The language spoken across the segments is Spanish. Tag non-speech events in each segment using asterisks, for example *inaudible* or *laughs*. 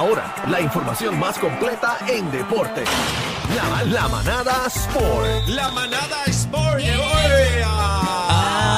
hora, la información más completa en deporte. La, la manada Sport. La manada Sport llegó. eh, ah.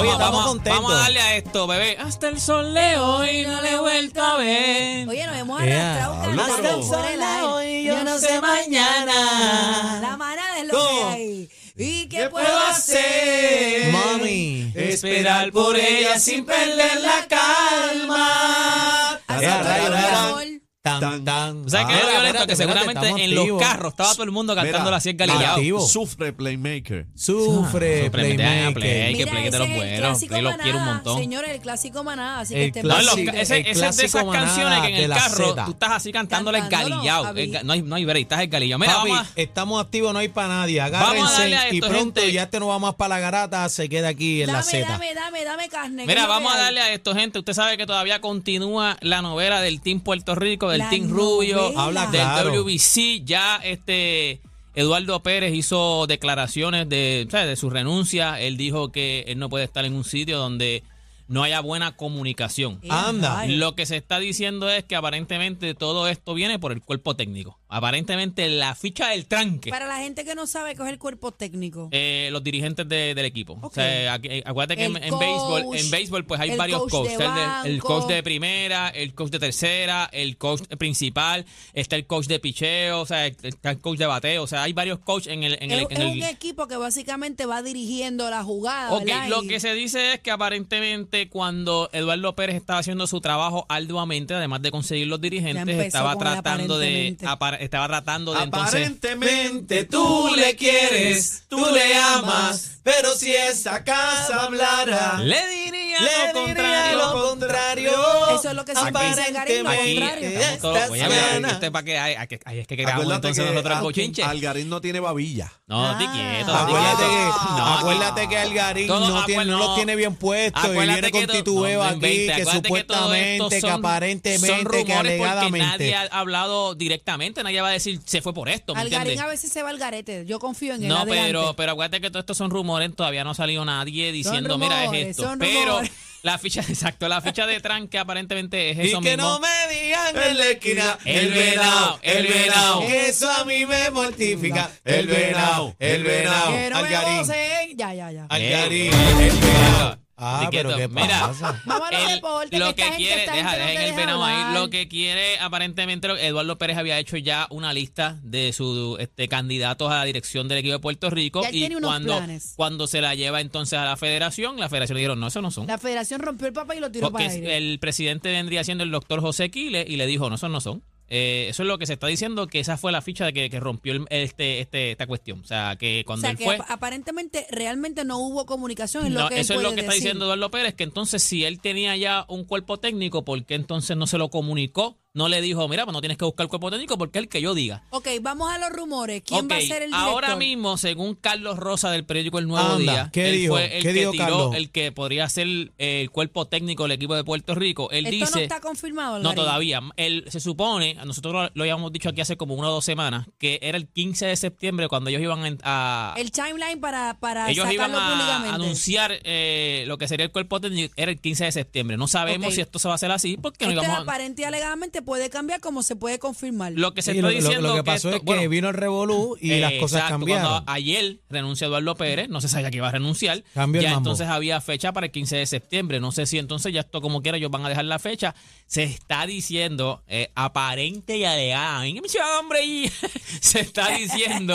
Oye, Vamos, vamos, vamos contentos. vamos a darle a esto, bebé. Hasta el sol de hoy, dale vuelta a ver. Oye, nos hemos Yeah. arrastrado Hablo, cantando pero- por el aire. hoy, yo no sé mañana. La manada es lo Go. que hay. ¿Y qué, ¿Qué puedo hacer? Mami. Esperar por ella sin perder la calma. Hacer Ya, todo rayos, por ya. amor. Tan, tan. O sea, que Ah, es violento espérate, que espérate, seguramente estamos en los activos. carros estaba todo el mundo cantando Mira, así el Galileo. activo. Sufre Playmaker. Sufre, Ah, Sufre, play, play, Playmaker. que Mira, play, que ese te es lo el bueno. clásico Play lo maná, quiero un montón. Señor, el clásico maná, así que este El estén No, en los- clásico. ese, el ese es de esas clásico manada canciones que en de el la carro Zeta. tú estás así cantándole el Cantándolo, galillao. Javi. El ga- No hay, no hay break, estás el galillao. Mira, Papi, vamos a- estamos activos, no hay para nadie. darle a Agárrense y esto, pronto gente. ya este no va más para la garata, se queda aquí en la Dame, Z. dame, dame, dame carne. Mira, vamos a darle a esto, gente. Usted sabe que todavía continúa la novela del Team Puerto Rico, del La Team Rubio, novela. Habla del claro. WBC. Ya este Eduardo Pérez hizo declaraciones de, ¿sabes? de su renuncia. Él dijo que él no puede estar en un sitio donde no haya buena comunicación. Eh, Anda. Ay. Lo que se está diciendo es que aparentemente todo esto viene por el cuerpo técnico. Aparentemente la ficha del tranque. Para la gente que no sabe coger el cuerpo técnico. eh, los dirigentes de- del equipo. Ok. O sea, aquí- eh, acuérdate que El en, en coach, béisbol, en béisbol pues hay el varios coach coaches. de Está El, de- el banco. coach de primera, el coach de tercera, el coach principal, está el coach de picheo, o sea, está el coach de bateo. O sea, hay varios coaches en el... En el, es en es el- un equipo que básicamente va dirigiendo la jugada. Ok, ¿verdad? lo Y- que se dice es que aparentemente cuando Eduardo Pérez estaba haciendo su trabajo arduamente, además de conseguir los dirigentes, empezó estaba con el tratando de aparentemente. apar- estaba tratando de entonces Aparentemente pero si esa casa hablara, le diría le lo diría contrario. contrario. Eso es lo que siempre dice Karim, lo Aquí contrario. estamos todos- Estas Oye, mira, ganas. esto es para que hay, hay que- hay- es que grabamos Acuérdate entonces que nosotros el Al- cochinche. Algarín no tiene babilla. No, estoy Ah. quieto. estoy Acuérdate quieto. que, No, aquí- acuérdate que Algarín Todo- no, tiene, acuérdate- no los no. tiene bien puestos y Acuérdate viene con que to- titubeo no, no aquí, inventes, acuérdate que que todo esto supuestamente, que, son- son aparentemente, rumores que Porque nadie alegadamente. ha hablado directamente, nadie va a decir se fue por esto, ¿me Algarín entiendes? a veces se va al garete. Yo confío en él. No, pero, adelante. pero acuérdate que todo esto son rumores, todavía no ha salido nadie diciendo, mira, rumores, es esto. son Pero rumores. la ficha, *laughs* exacto, la ficha de tranque aparentemente es Y eso que mismo. no me digan en la esquina, El venao, el venao. que Eso a mí me mortifica. El venao, el venao. Que no me Algarín, gocen. Ya, ya, ya. Eh, Algarín, el venao. quieto, Ah, quieto. pero qué Mira, pasa. Vamos a los El- deportes, que lo esta que gente, quiere, esta deja, gente no dejen te el deja venado ahí. hablar. Lo que quiere, aparentemente, lo- Eduardo Pérez había hecho ya una lista de sus este, candidatos a la dirección del equipo de Puerto Rico. Ya él y tiene unos cuando, planes. cuando se la lleva entonces a la federación, la federación le dijeron, no, eso no son. La federación rompió el papel y lo tiró Porque para el aire. el presidente vendría siendo el doctor José Quiles y le dijo, no, esos no son. Eh, eso es lo que se está diciendo, que esa fue la ficha de que, que rompió el- este, este, esta cuestión. O sea, que O cuando sea él que fue... ap- aparentemente realmente no hubo comunicación. Es No, lo que él eso es lo puede que está decir. diciendo Eduardo Pérez, que entonces si él tenía ya un cuerpo técnico, ¿por qué entonces no se lo comunicó? No le dijo, mira, pues no tienes que buscar cuerpo técnico porque es el que yo diga. Ok, vamos a los rumores. ¿Quién va a Ok, ser el director? Ahora mismo, según Carlos Rosa del periódico El Nuevo Anda, Día, ¿qué él dijo? fue el ¿Qué que dijo tiró, Carlos? el que podría ser eh, el cuerpo técnico del equipo de Puerto Rico. Él Esto dice... no está confirmado. No, Algarín. todavía. Él, se supone, nosotros lo habíamos dicho aquí hace como una o dos semanas, que era el 15 de septiembre cuando ellos iban en- a... El timeline para, para ellos iban sacarlo a públicamente. anunciar eh, lo que sería el cuerpo técnico, era el 15 de septiembre. No sabemos Ok. si esto se va a hacer así porque no Esto es íbamos a... aparente y alegadamente puede cambiar como se puede confirmar. Lo que se Sí, está lo, lo- diciendo lo que pasó esto- es que bueno, vino el revolú y las eh, cosas exacto, cambiaron. cuando ayer renunció Eduardo Pérez, no se sabía que iba a renunciar. Cambió el ya mambo. entonces había fecha para el 15 de septiembre. No sé si entonces ya esto como quiera ellos van a dejar la fecha. Se está diciendo eh, aparente y aleada. ¡Ay, mucho hombre! y- *laughs* se está *laughs* diciendo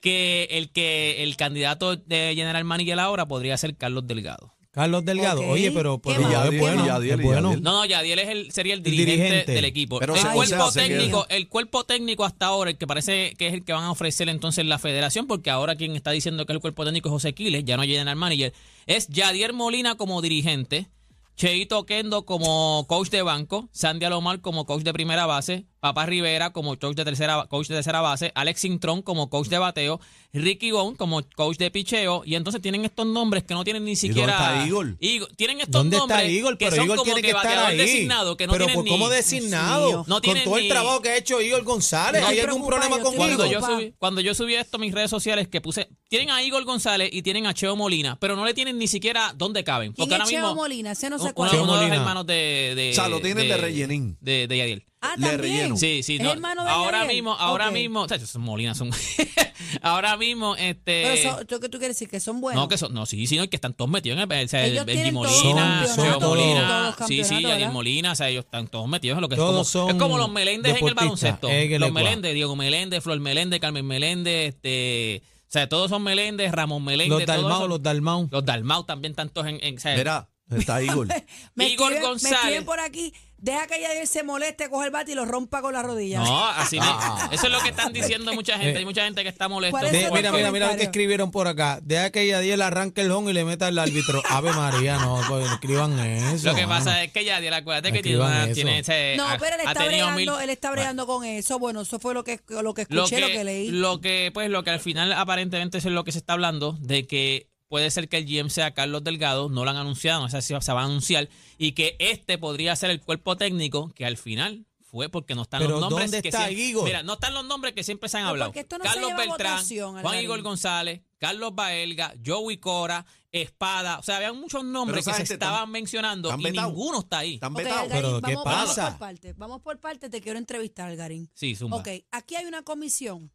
que el que el candidato de General Manager ahora podría ser Carlos Delgado. Carlos Delgado, Ok. oye, pero, ¿Qué pero más? ya es ¿Qué bueno, más? es Yadiel, bueno. Yadiel. No, no, Yadiel es el, sería el El dirigente, dirigente. del equipo. Pero el se- o sea, cuerpo se queda. técnico, el cuerpo técnico hasta ahora, el que parece que es el que van a ofrecer entonces la federación, porque ahora quien está diciendo que el cuerpo técnico es José Quiles, ya no llegan al manager, es Yadier Molina como dirigente, Cheito Kendo como coach de banco, Sandy Alomar como coach de primera base, Papá Rivera como coach de tercera, coach de tercera base, Alex Cintrón como coach de bateo, Ricky Bone como coach de picheo, y entonces tienen estos nombres que no tienen ni siquiera. dónde está Eagle? Eagle- tienen estos ¿Dónde nombres está Igor? que Pero son Igor como tiene que, que estar bateador ahí. designado, que no Pero tienen pues, ¿cómo ni- designado? No con tienen todo el ni- trabajo que ha hecho Igor González. No, ¿Hay estoy algún preocupada, problema yo estoy conmigo? Cuando yo, Digo, pa. subí, cuando yo subí esto a mis redes sociales que puse, tienen a Igor González y tienen a Cheo Molina, pero no le tienen ni siquiera dónde caben. ¿Quién Porque ahora es Cheo mismo, Oh, Molina? Ese no uno- sé cuál. uno, Cheo uno de los Molina. hermanos de, de O sea, lo tienen de rellenín. De, de Yadiel. Ah, Le también. relleno. Sí, sí, Es no, hermano de ahora Yadiel. mismo, ahora Ok. mismo, o sea, esos Molina son *laughs* ahora mismo este Pero eso, ¿tú, qué tú quieres decir? Que son buenos. No, que son, no, sí, sino que están todos metidos en el, o sea, el Ellos Benji tienen todos Molina, campeonatos, Cheo todos, Molina, todos sí, sí, campeonatos, Yadiel ¿verdad? Molina, o sea, ellos están todos metidos en lo que Todos es como, son es como los Meléndez en el deportistas, baloncesto. es que Los le cua. Meléndez, Diego Meléndez, Flor Meléndez, Carmen Meléndez, este, o sea, todos son Meléndez, Ramón Meléndez, Los todos Dalmau, son- los Dalmau. los Dalmau también están todos en, en- o Eh. sea, Mira, está *laughs* Igor. Igor escriben- González. Me escriben por aquí, deja que Yadier se moleste, coge el bate y lo rompa con la rodilla. No, así no. Eso es lo que están diciendo mucha gente. Hay mucha gente que está molesta. ¿Cuál es De- Eso Ah. Eh. mira, fue mira, el mira lo que comentario. escribieron por acá. Deja que Yadiel arranque el home y le meta al árbitro. Ave María, no, pues, escriban eso. Ah, Lo que mano. pasa es que ya, Yadiel, acuérdate que tiene, Escriban una- eso. tiene ese- No, Eh, ha- pero él ha está, tenido bregando, mil- él está bregando con eso. Bueno, eso fue lo que, lo que lo escuché, que, lo que leí. lo que, pues, lo que al final aparentemente es lo que se está hablando, de que puede ser que el GM sea Carlos Delgado, no lo han anunciado, o sea, se se va a anunciar, y que este podría ser el cuerpo técnico que al final fue porque no están los Pero nombres ¿dónde que está siempre- Igor? mira no están los nombres que siempre se han Pero hablado porque esto no se Carlos lleva a Beltrán votación, Juan Algarín. Igor González Carlos Baelga Joey Cora Espada o sea habían muchos nombres esa que se gente estaban están- mencionando están y vetados. ninguno está ahí Están Ok, vetados. Algarín, Pero, ¿qué vamos, pasa? Vamos por partes, vamos por partes, te quiero entrevistar, Algarín. sí zumba Ok, aquí hay una comisión.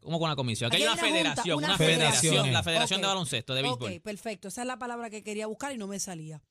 como con la comisión aquí, Aquí hay una, hay una junta, federación una una federación, federación. la federación Ok. de baloncesto de béisbol Ok, perfecto. Esa es la palabra que quería buscar y no me salía.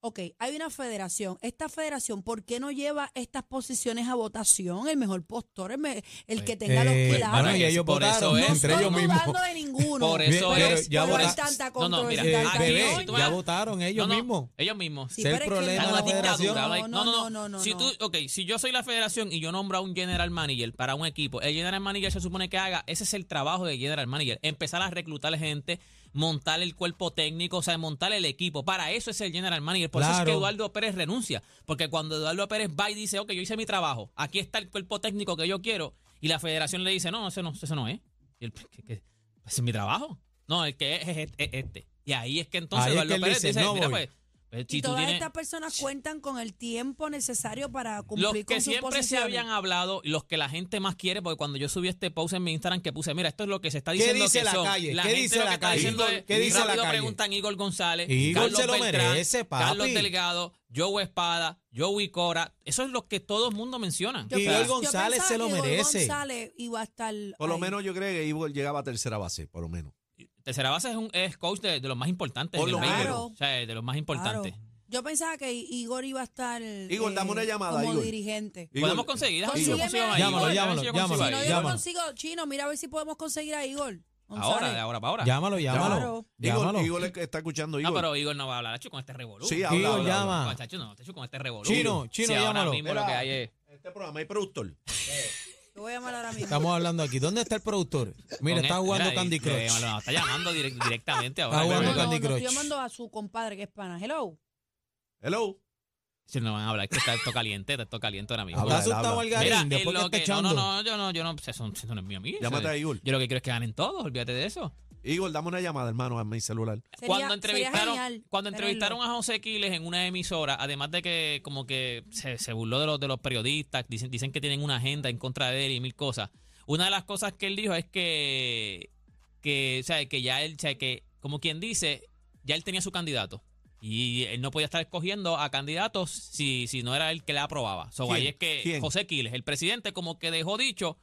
Ok, hay una federación. Esta federación, ¿por qué no lleva estas posiciones a votación? El mejor postor, el, me- el que tenga Eh, los hermano, quilates. bueno, y ellos Por eso votaron es. entre no ellos estoy mismos. dudando de ninguno. Por eso Bien, es. ya Pero vota- hay tanta No, no, mira, controversia. Eh, hay bebé, tanta- tú vas- ya votaron ellos No, no, mismos. ellos mismos. Sí, es el pero es que problema no, de la no, federación. No, no, no, no. si no. tú, ok, si yo soy la federación y yo nombro a un general manager para un equipo, el general manager se supone que haga, ese es el trabajo de general manager, empezar a reclutar gente, montar el cuerpo técnico, o sea, montar el equipo. Para eso es el general manager. Por eso es que Claro. Eduardo Pérez renuncia, porque cuando Eduardo Pérez va y dice, ok, yo hice mi trabajo, aquí está el cuerpo técnico que yo quiero, y la federación le dice, no, eso no, eso no es. Y él, pues, "¿Qué- qué? ese es mi trabajo. No, el que es, es este- es este. Y ahí es que entonces Ahí es que Eduardo él Pérez dice, dice, "No mira, voy". pues, pues, y si tú todas tienes... estas personas cuentan con el tiempo necesario para Los cumplir que con sus siempre se posiciones. habían hablado y los que la gente más quiere, porque cuando yo subí este post en mi Instagram que puse, mira, esto es lo que se está ¿Qué diciendo dice que la son. calle? La ¿Qué gente dice lo que la está calle? diciendo Igor, es, ¿qué dice la rápido calle? preguntan Igor González, Igor Carlos se lo Beltrán, merece, papi. Carlos Delgado, Joe Espada, Joey Cora. Eso es lo que todo el mundo menciona. Yo Igor pensaba- yo González pensaba se lo que Igor merece. González iba a estar Por lo ahí. menos yo creo que Igor llegaba a tercera base, por lo menos. Tercera base es, un, es coach de, de los más importantes. Por en el lo béisbol. menos. O sea, de los más importantes. Claro. Yo pensaba que Igor iba a estar eh, Igor, dame una llamada, como Igor. dirigente. Igor, Podemos conseguir. déjame ver si yo Consígueme consigo a a Igor, Igor. déjame ver si Llámalo, yo consigo Si a no, llámalo, Igor. yo llama. consigo, chino, mira a ver si podemos conseguir a Igor. Ahora, González. de ahora para ahora. Llámalo, llámalo. Claro. Igor, Llámalo. Igor es que está escuchando No, Igor. pero Igor no va a hablar, Hacho, con este revolú. Sí, habla, Igor, habla, habla. llama. No, chacho, no, chacho, con este revolú. Chino, chino, Si ahora llámalo. mismo lo que hay es... Este programa hay productor. Yo voy a llamar ahora mismo. Estamos hablando aquí. ¿Dónde está el productor? Mira, Con está él, jugando mira, Candy y- eh, Crush. no, no, está llamando direct- directamente ahora. Está No, jugando no, Pero- Candy no, estoy Crush. llamando a su compadre que es pana. Hello. Hello. Si no van a hablar, es que está esto caliente, está esto caliente ahora mismo. Está Habla, asustado habla. el Mira, garín en después que lo está que- no, no, echando. no, yo no, yo no, eso, eso no es mío, mío. Llámate Eso- a Igor. Yo lo que quiero es que ganen todos, olvídate de eso. Igor, dame una llamada, hermano, a mi celular. Sería- cuando sería entrevistaron, genial cuando tenerlo. entrevistaron a José Quiles en una emisora, además de que como que se, se burló de los, de los periodistas, dicen, dicen que tienen una agenda en contra de él y mil cosas. Una de las cosas que él dijo es que, que, o sea, que ya él, o sea, que como quien dice, ya él tenía su candidato. Y él no podía estar escogiendo a candidatos si, si no era él que le aprobaba. So, ¿Quién? ahí es que ¿Quién? José Quiles, el presidente, como que dejó dicho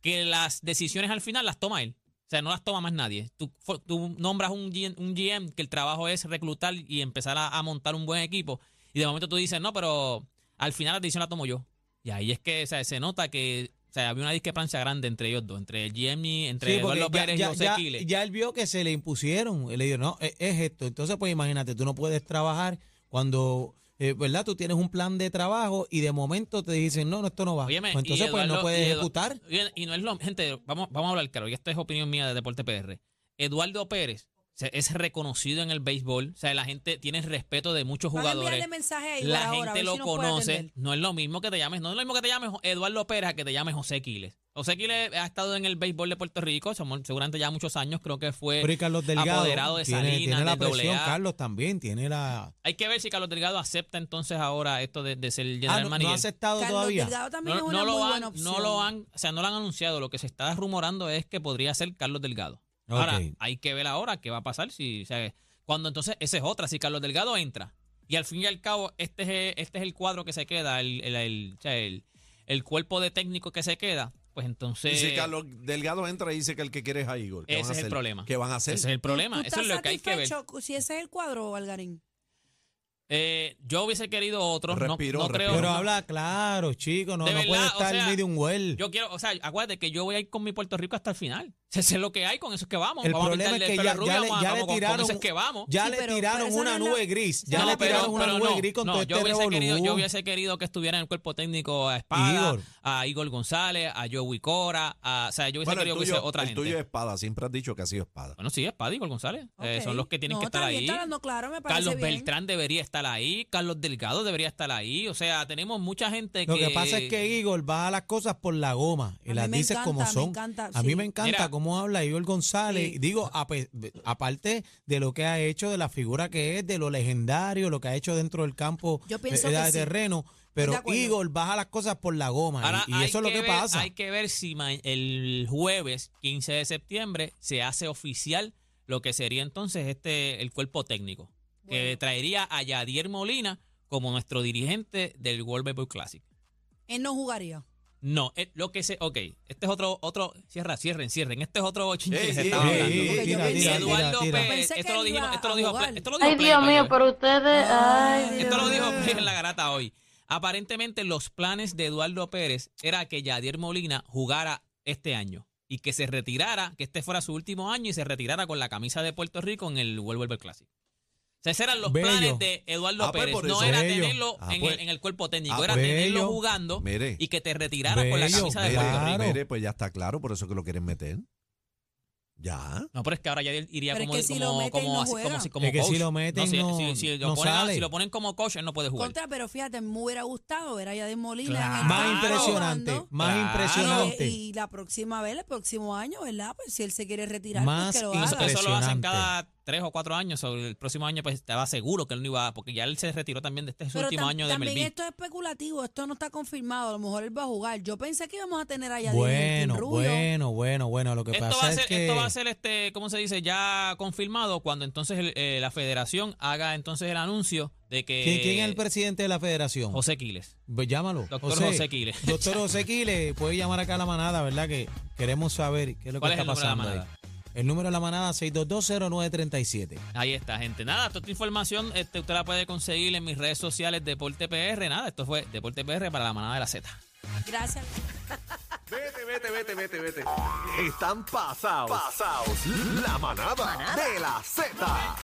que las decisiones al final las toma él. O sea, no las toma más nadie. Tú, fo- tú nombras un GM, un GM que el trabajo es reclutar y empezar a, a montar un buen equipo. Y de momento tú dices, no, pero al final la decisión la tomo yo. Y ahí es que o sea, se nota que o sea, había una discrepancia grande entre ellos dos, entre el GM y entre Sí, porque Eduardo ya, Pérez y ya- José ya- Quiles. ya él vio que se le impusieron. Él le dijo, no, e-, es, es esto. Entonces, pues imagínate, tú no puedes trabajar cuando, eh, ¿verdad? Tú tienes un plan de trabajo y de momento te dicen, no, no, esto no va. Óyeme, Pues entonces, y pues Eduardo- no puedes y Edu- eh, ejecutar. Oye, Y no es lo. Gente, vamos, vamos a hablar claro. Y esto es opinión mía de Deporte PR. Eduardo Pérez se- es reconocido en el béisbol. O sea, la gente tiene el respeto de muchos Van a enviarle jugadores. mensaje a Igor La ahora, a gente ver lo si nos puede conoce. atender. No es lo mismo que te llames, no es lo mismo que te llames Eduardo Pérez a que te llames José Quiles. José Quiles ha estado en el béisbol de Puerto Rico, somos- seguramente ya muchos años, creo que fue. Pero y Carlos Delgado apoderado de tiene, Salinas, tiene la del presión, AA. Carlos también tiene la... Hay que ver si Carlos Delgado acepta entonces ahora esto de, de ser Ah, general no, no manager. ha aceptado Carlos todavía. Delgado No, también es no una muy lo buena han, opción. no lo han, o sea, no lo han anunciado. Lo que se está rumorando es que podría ser Carlos Delgado. Ahora, Ok. hay que ver ahora qué va a pasar si, o sea, cuando entonces, esa es otra, si Carlos Delgado entra. Y al fin y al cabo, este es, eh, este es el cuadro que se queda, el, el, el- o sea, el- el cuerpo de técnico que se queda, pues Y entonces. si Carlos Delgado entra y dice que el que quiere es a Igor. ¿qué Ese van a es el hacer? problema. ¿Qué van a hacer? Ese es el problema. ¿Tú Eso es estás lo que hay que ver. satisfecho si ese es el cuadro, Algarín? Eh, yo hubiese querido otro. no- Respiró, no, creo. respiró. Pero habla claro, chico, no, De no puede verdad, o estar sea, ni de un huel. Yo quiero, o sea, acuérdate que yo voy a ir con mi Puerto Rico hasta el final. *laughs* Ese es lo que hay, con eso es que vamos. El vamos problema a es pintarle que el pelo ya- rubio, ya le- vamos a- ya le vamos con- tiraron con eso es que vamos. Ya Sí, le pero- tiraron pero esa una no es la- nube gris. Ya No, le tiraron una pero nube gris con no, todo yo este hubiese querido, yo revolú. hubiese querido que estuviera en el cuerpo técnico a Espada, Igor. a Igor González, a Joey Cora, a, o sea, yo hubiese Bueno, el querido que tuyo- sea otra el gente. tuyo es espada, siempre has dicho que ha sido espada. Bueno, sí, Espada y Igor González. eh, Ok. son los que tienen No, que estar también ahí. Está hablando claro, me parece Carlos bien. Beltrán debería estar ahí, Carlos Delgado debería estar ahí. O sea, tenemos mucha gente Lo que. que pasa es que Igor baja las cosas por la goma y A las mí me dice encanta, como me son. encanta, a mí sí. me encanta Mira. cómo habla Igor González. Sí. Digo, ape- aparte de lo que ha hecho, de la figura que es, de lo legendario, lo que ha hecho dentro del campo Yo pienso eh, de, que sí. terreno, de pero acuerdo. Igor baja las cosas por la goma y- Ahora y, hay eso es lo que ver- pasa. Hay que ver si ma- el jueves 15 de septiembre se hace oficial lo que sería entonces este el cuerpo técnico, que Bueno. traería a Yadier Molina como nuestro dirigente del World Baseball Classic. Él no jugaría. No, eh, lo que se, ok, este es otro, otro, cierra, cierren, cierren, este es otro chinche que se Ey, está ey, hablando. ey, ey, tira, tira, Eduardo tira, tira. Pérez, Pensé esto que lo él dijimos, iba esto lo a dijo, jugar. Play- esto lo dijo Ay, Play Dios by the mío, way. pero ustedes. Ay, Ay, Dios Dios Esto lo dijo mío. en la garata hoy. Aparentemente los planes de Eduardo Pérez era que Yadier Molina jugara este año y que se retirara, que este fuera su último año y se retirara con la camisa de Puerto Rico en el World Baseball Classic. O sea, esos eran los Bello. planes de Eduardo Ah, pues, Pérez. por No eso. era Bello. tenerlo Ah, en, pues. el, en el cuerpo técnico, Ah, era bello. tenerlo jugando Mire. y que te retirara con la Bello, camisa de Mire, Puerto Rico. Claro. mire, pues ya está claro, por eso que lo quieren meter. Ya. No, pero es que ahora ya él iría Pero es como, que si lo como, meten, como no así, juega. como, así- como Es que si coach. lo meten, si- no- si- si lo no ponen a- sale. si lo ponen como coach, él no puede jugar. Contra, pero fíjate, me hubiera gustado ver a Yadier Molina. en el Claro. Más campo impresionante, jugando. Eh, más Claro. impresionante. Y, y la próxima vez, el próximo año, ¿verdad? Pues si él se quiere retirar, Más pues que lo impresionante. Ah, Eso, haga. eso lo hacen Impresionante. cada tres o cuatro años. o el próximo año, pues estaba seguro que él no iba, a- porque ya él se retiró también de este es su Pero último tam- año de también Melvin. esto es especulativo, esto no está confirmado. A lo mejor él va a jugar. Yo pensé que íbamos a tener a Yadier Bueno, Martín Rubio. bueno, bueno, bueno. Lo que Esto pasa va, a es ser, que esto va a ser, este, ¿cómo se dice? Ya confirmado cuando entonces el- eh, la federación haga entonces el anuncio de que. ¿Quién, quién es el presidente de la federación? eh, José Quiles. Pues llámalo. Doctor José Quiles. *laughs* Doctor José Quiles, puede llamar acá a la manada, ¿verdad? Que queremos saber qué es lo ¿Cuál es que está el número de la pasando ahí. manada? El número de la manada 6220937. Ahí está, gente. Nada, toda esta información este, usted la puede conseguir en mis redes sociales Deporte PR. Nada, esto fue Deporte PR para la manada de la Z. Gracias. Vete, vete, vete, vete, vete. Están pasados. Pasados. La manada, de la Z.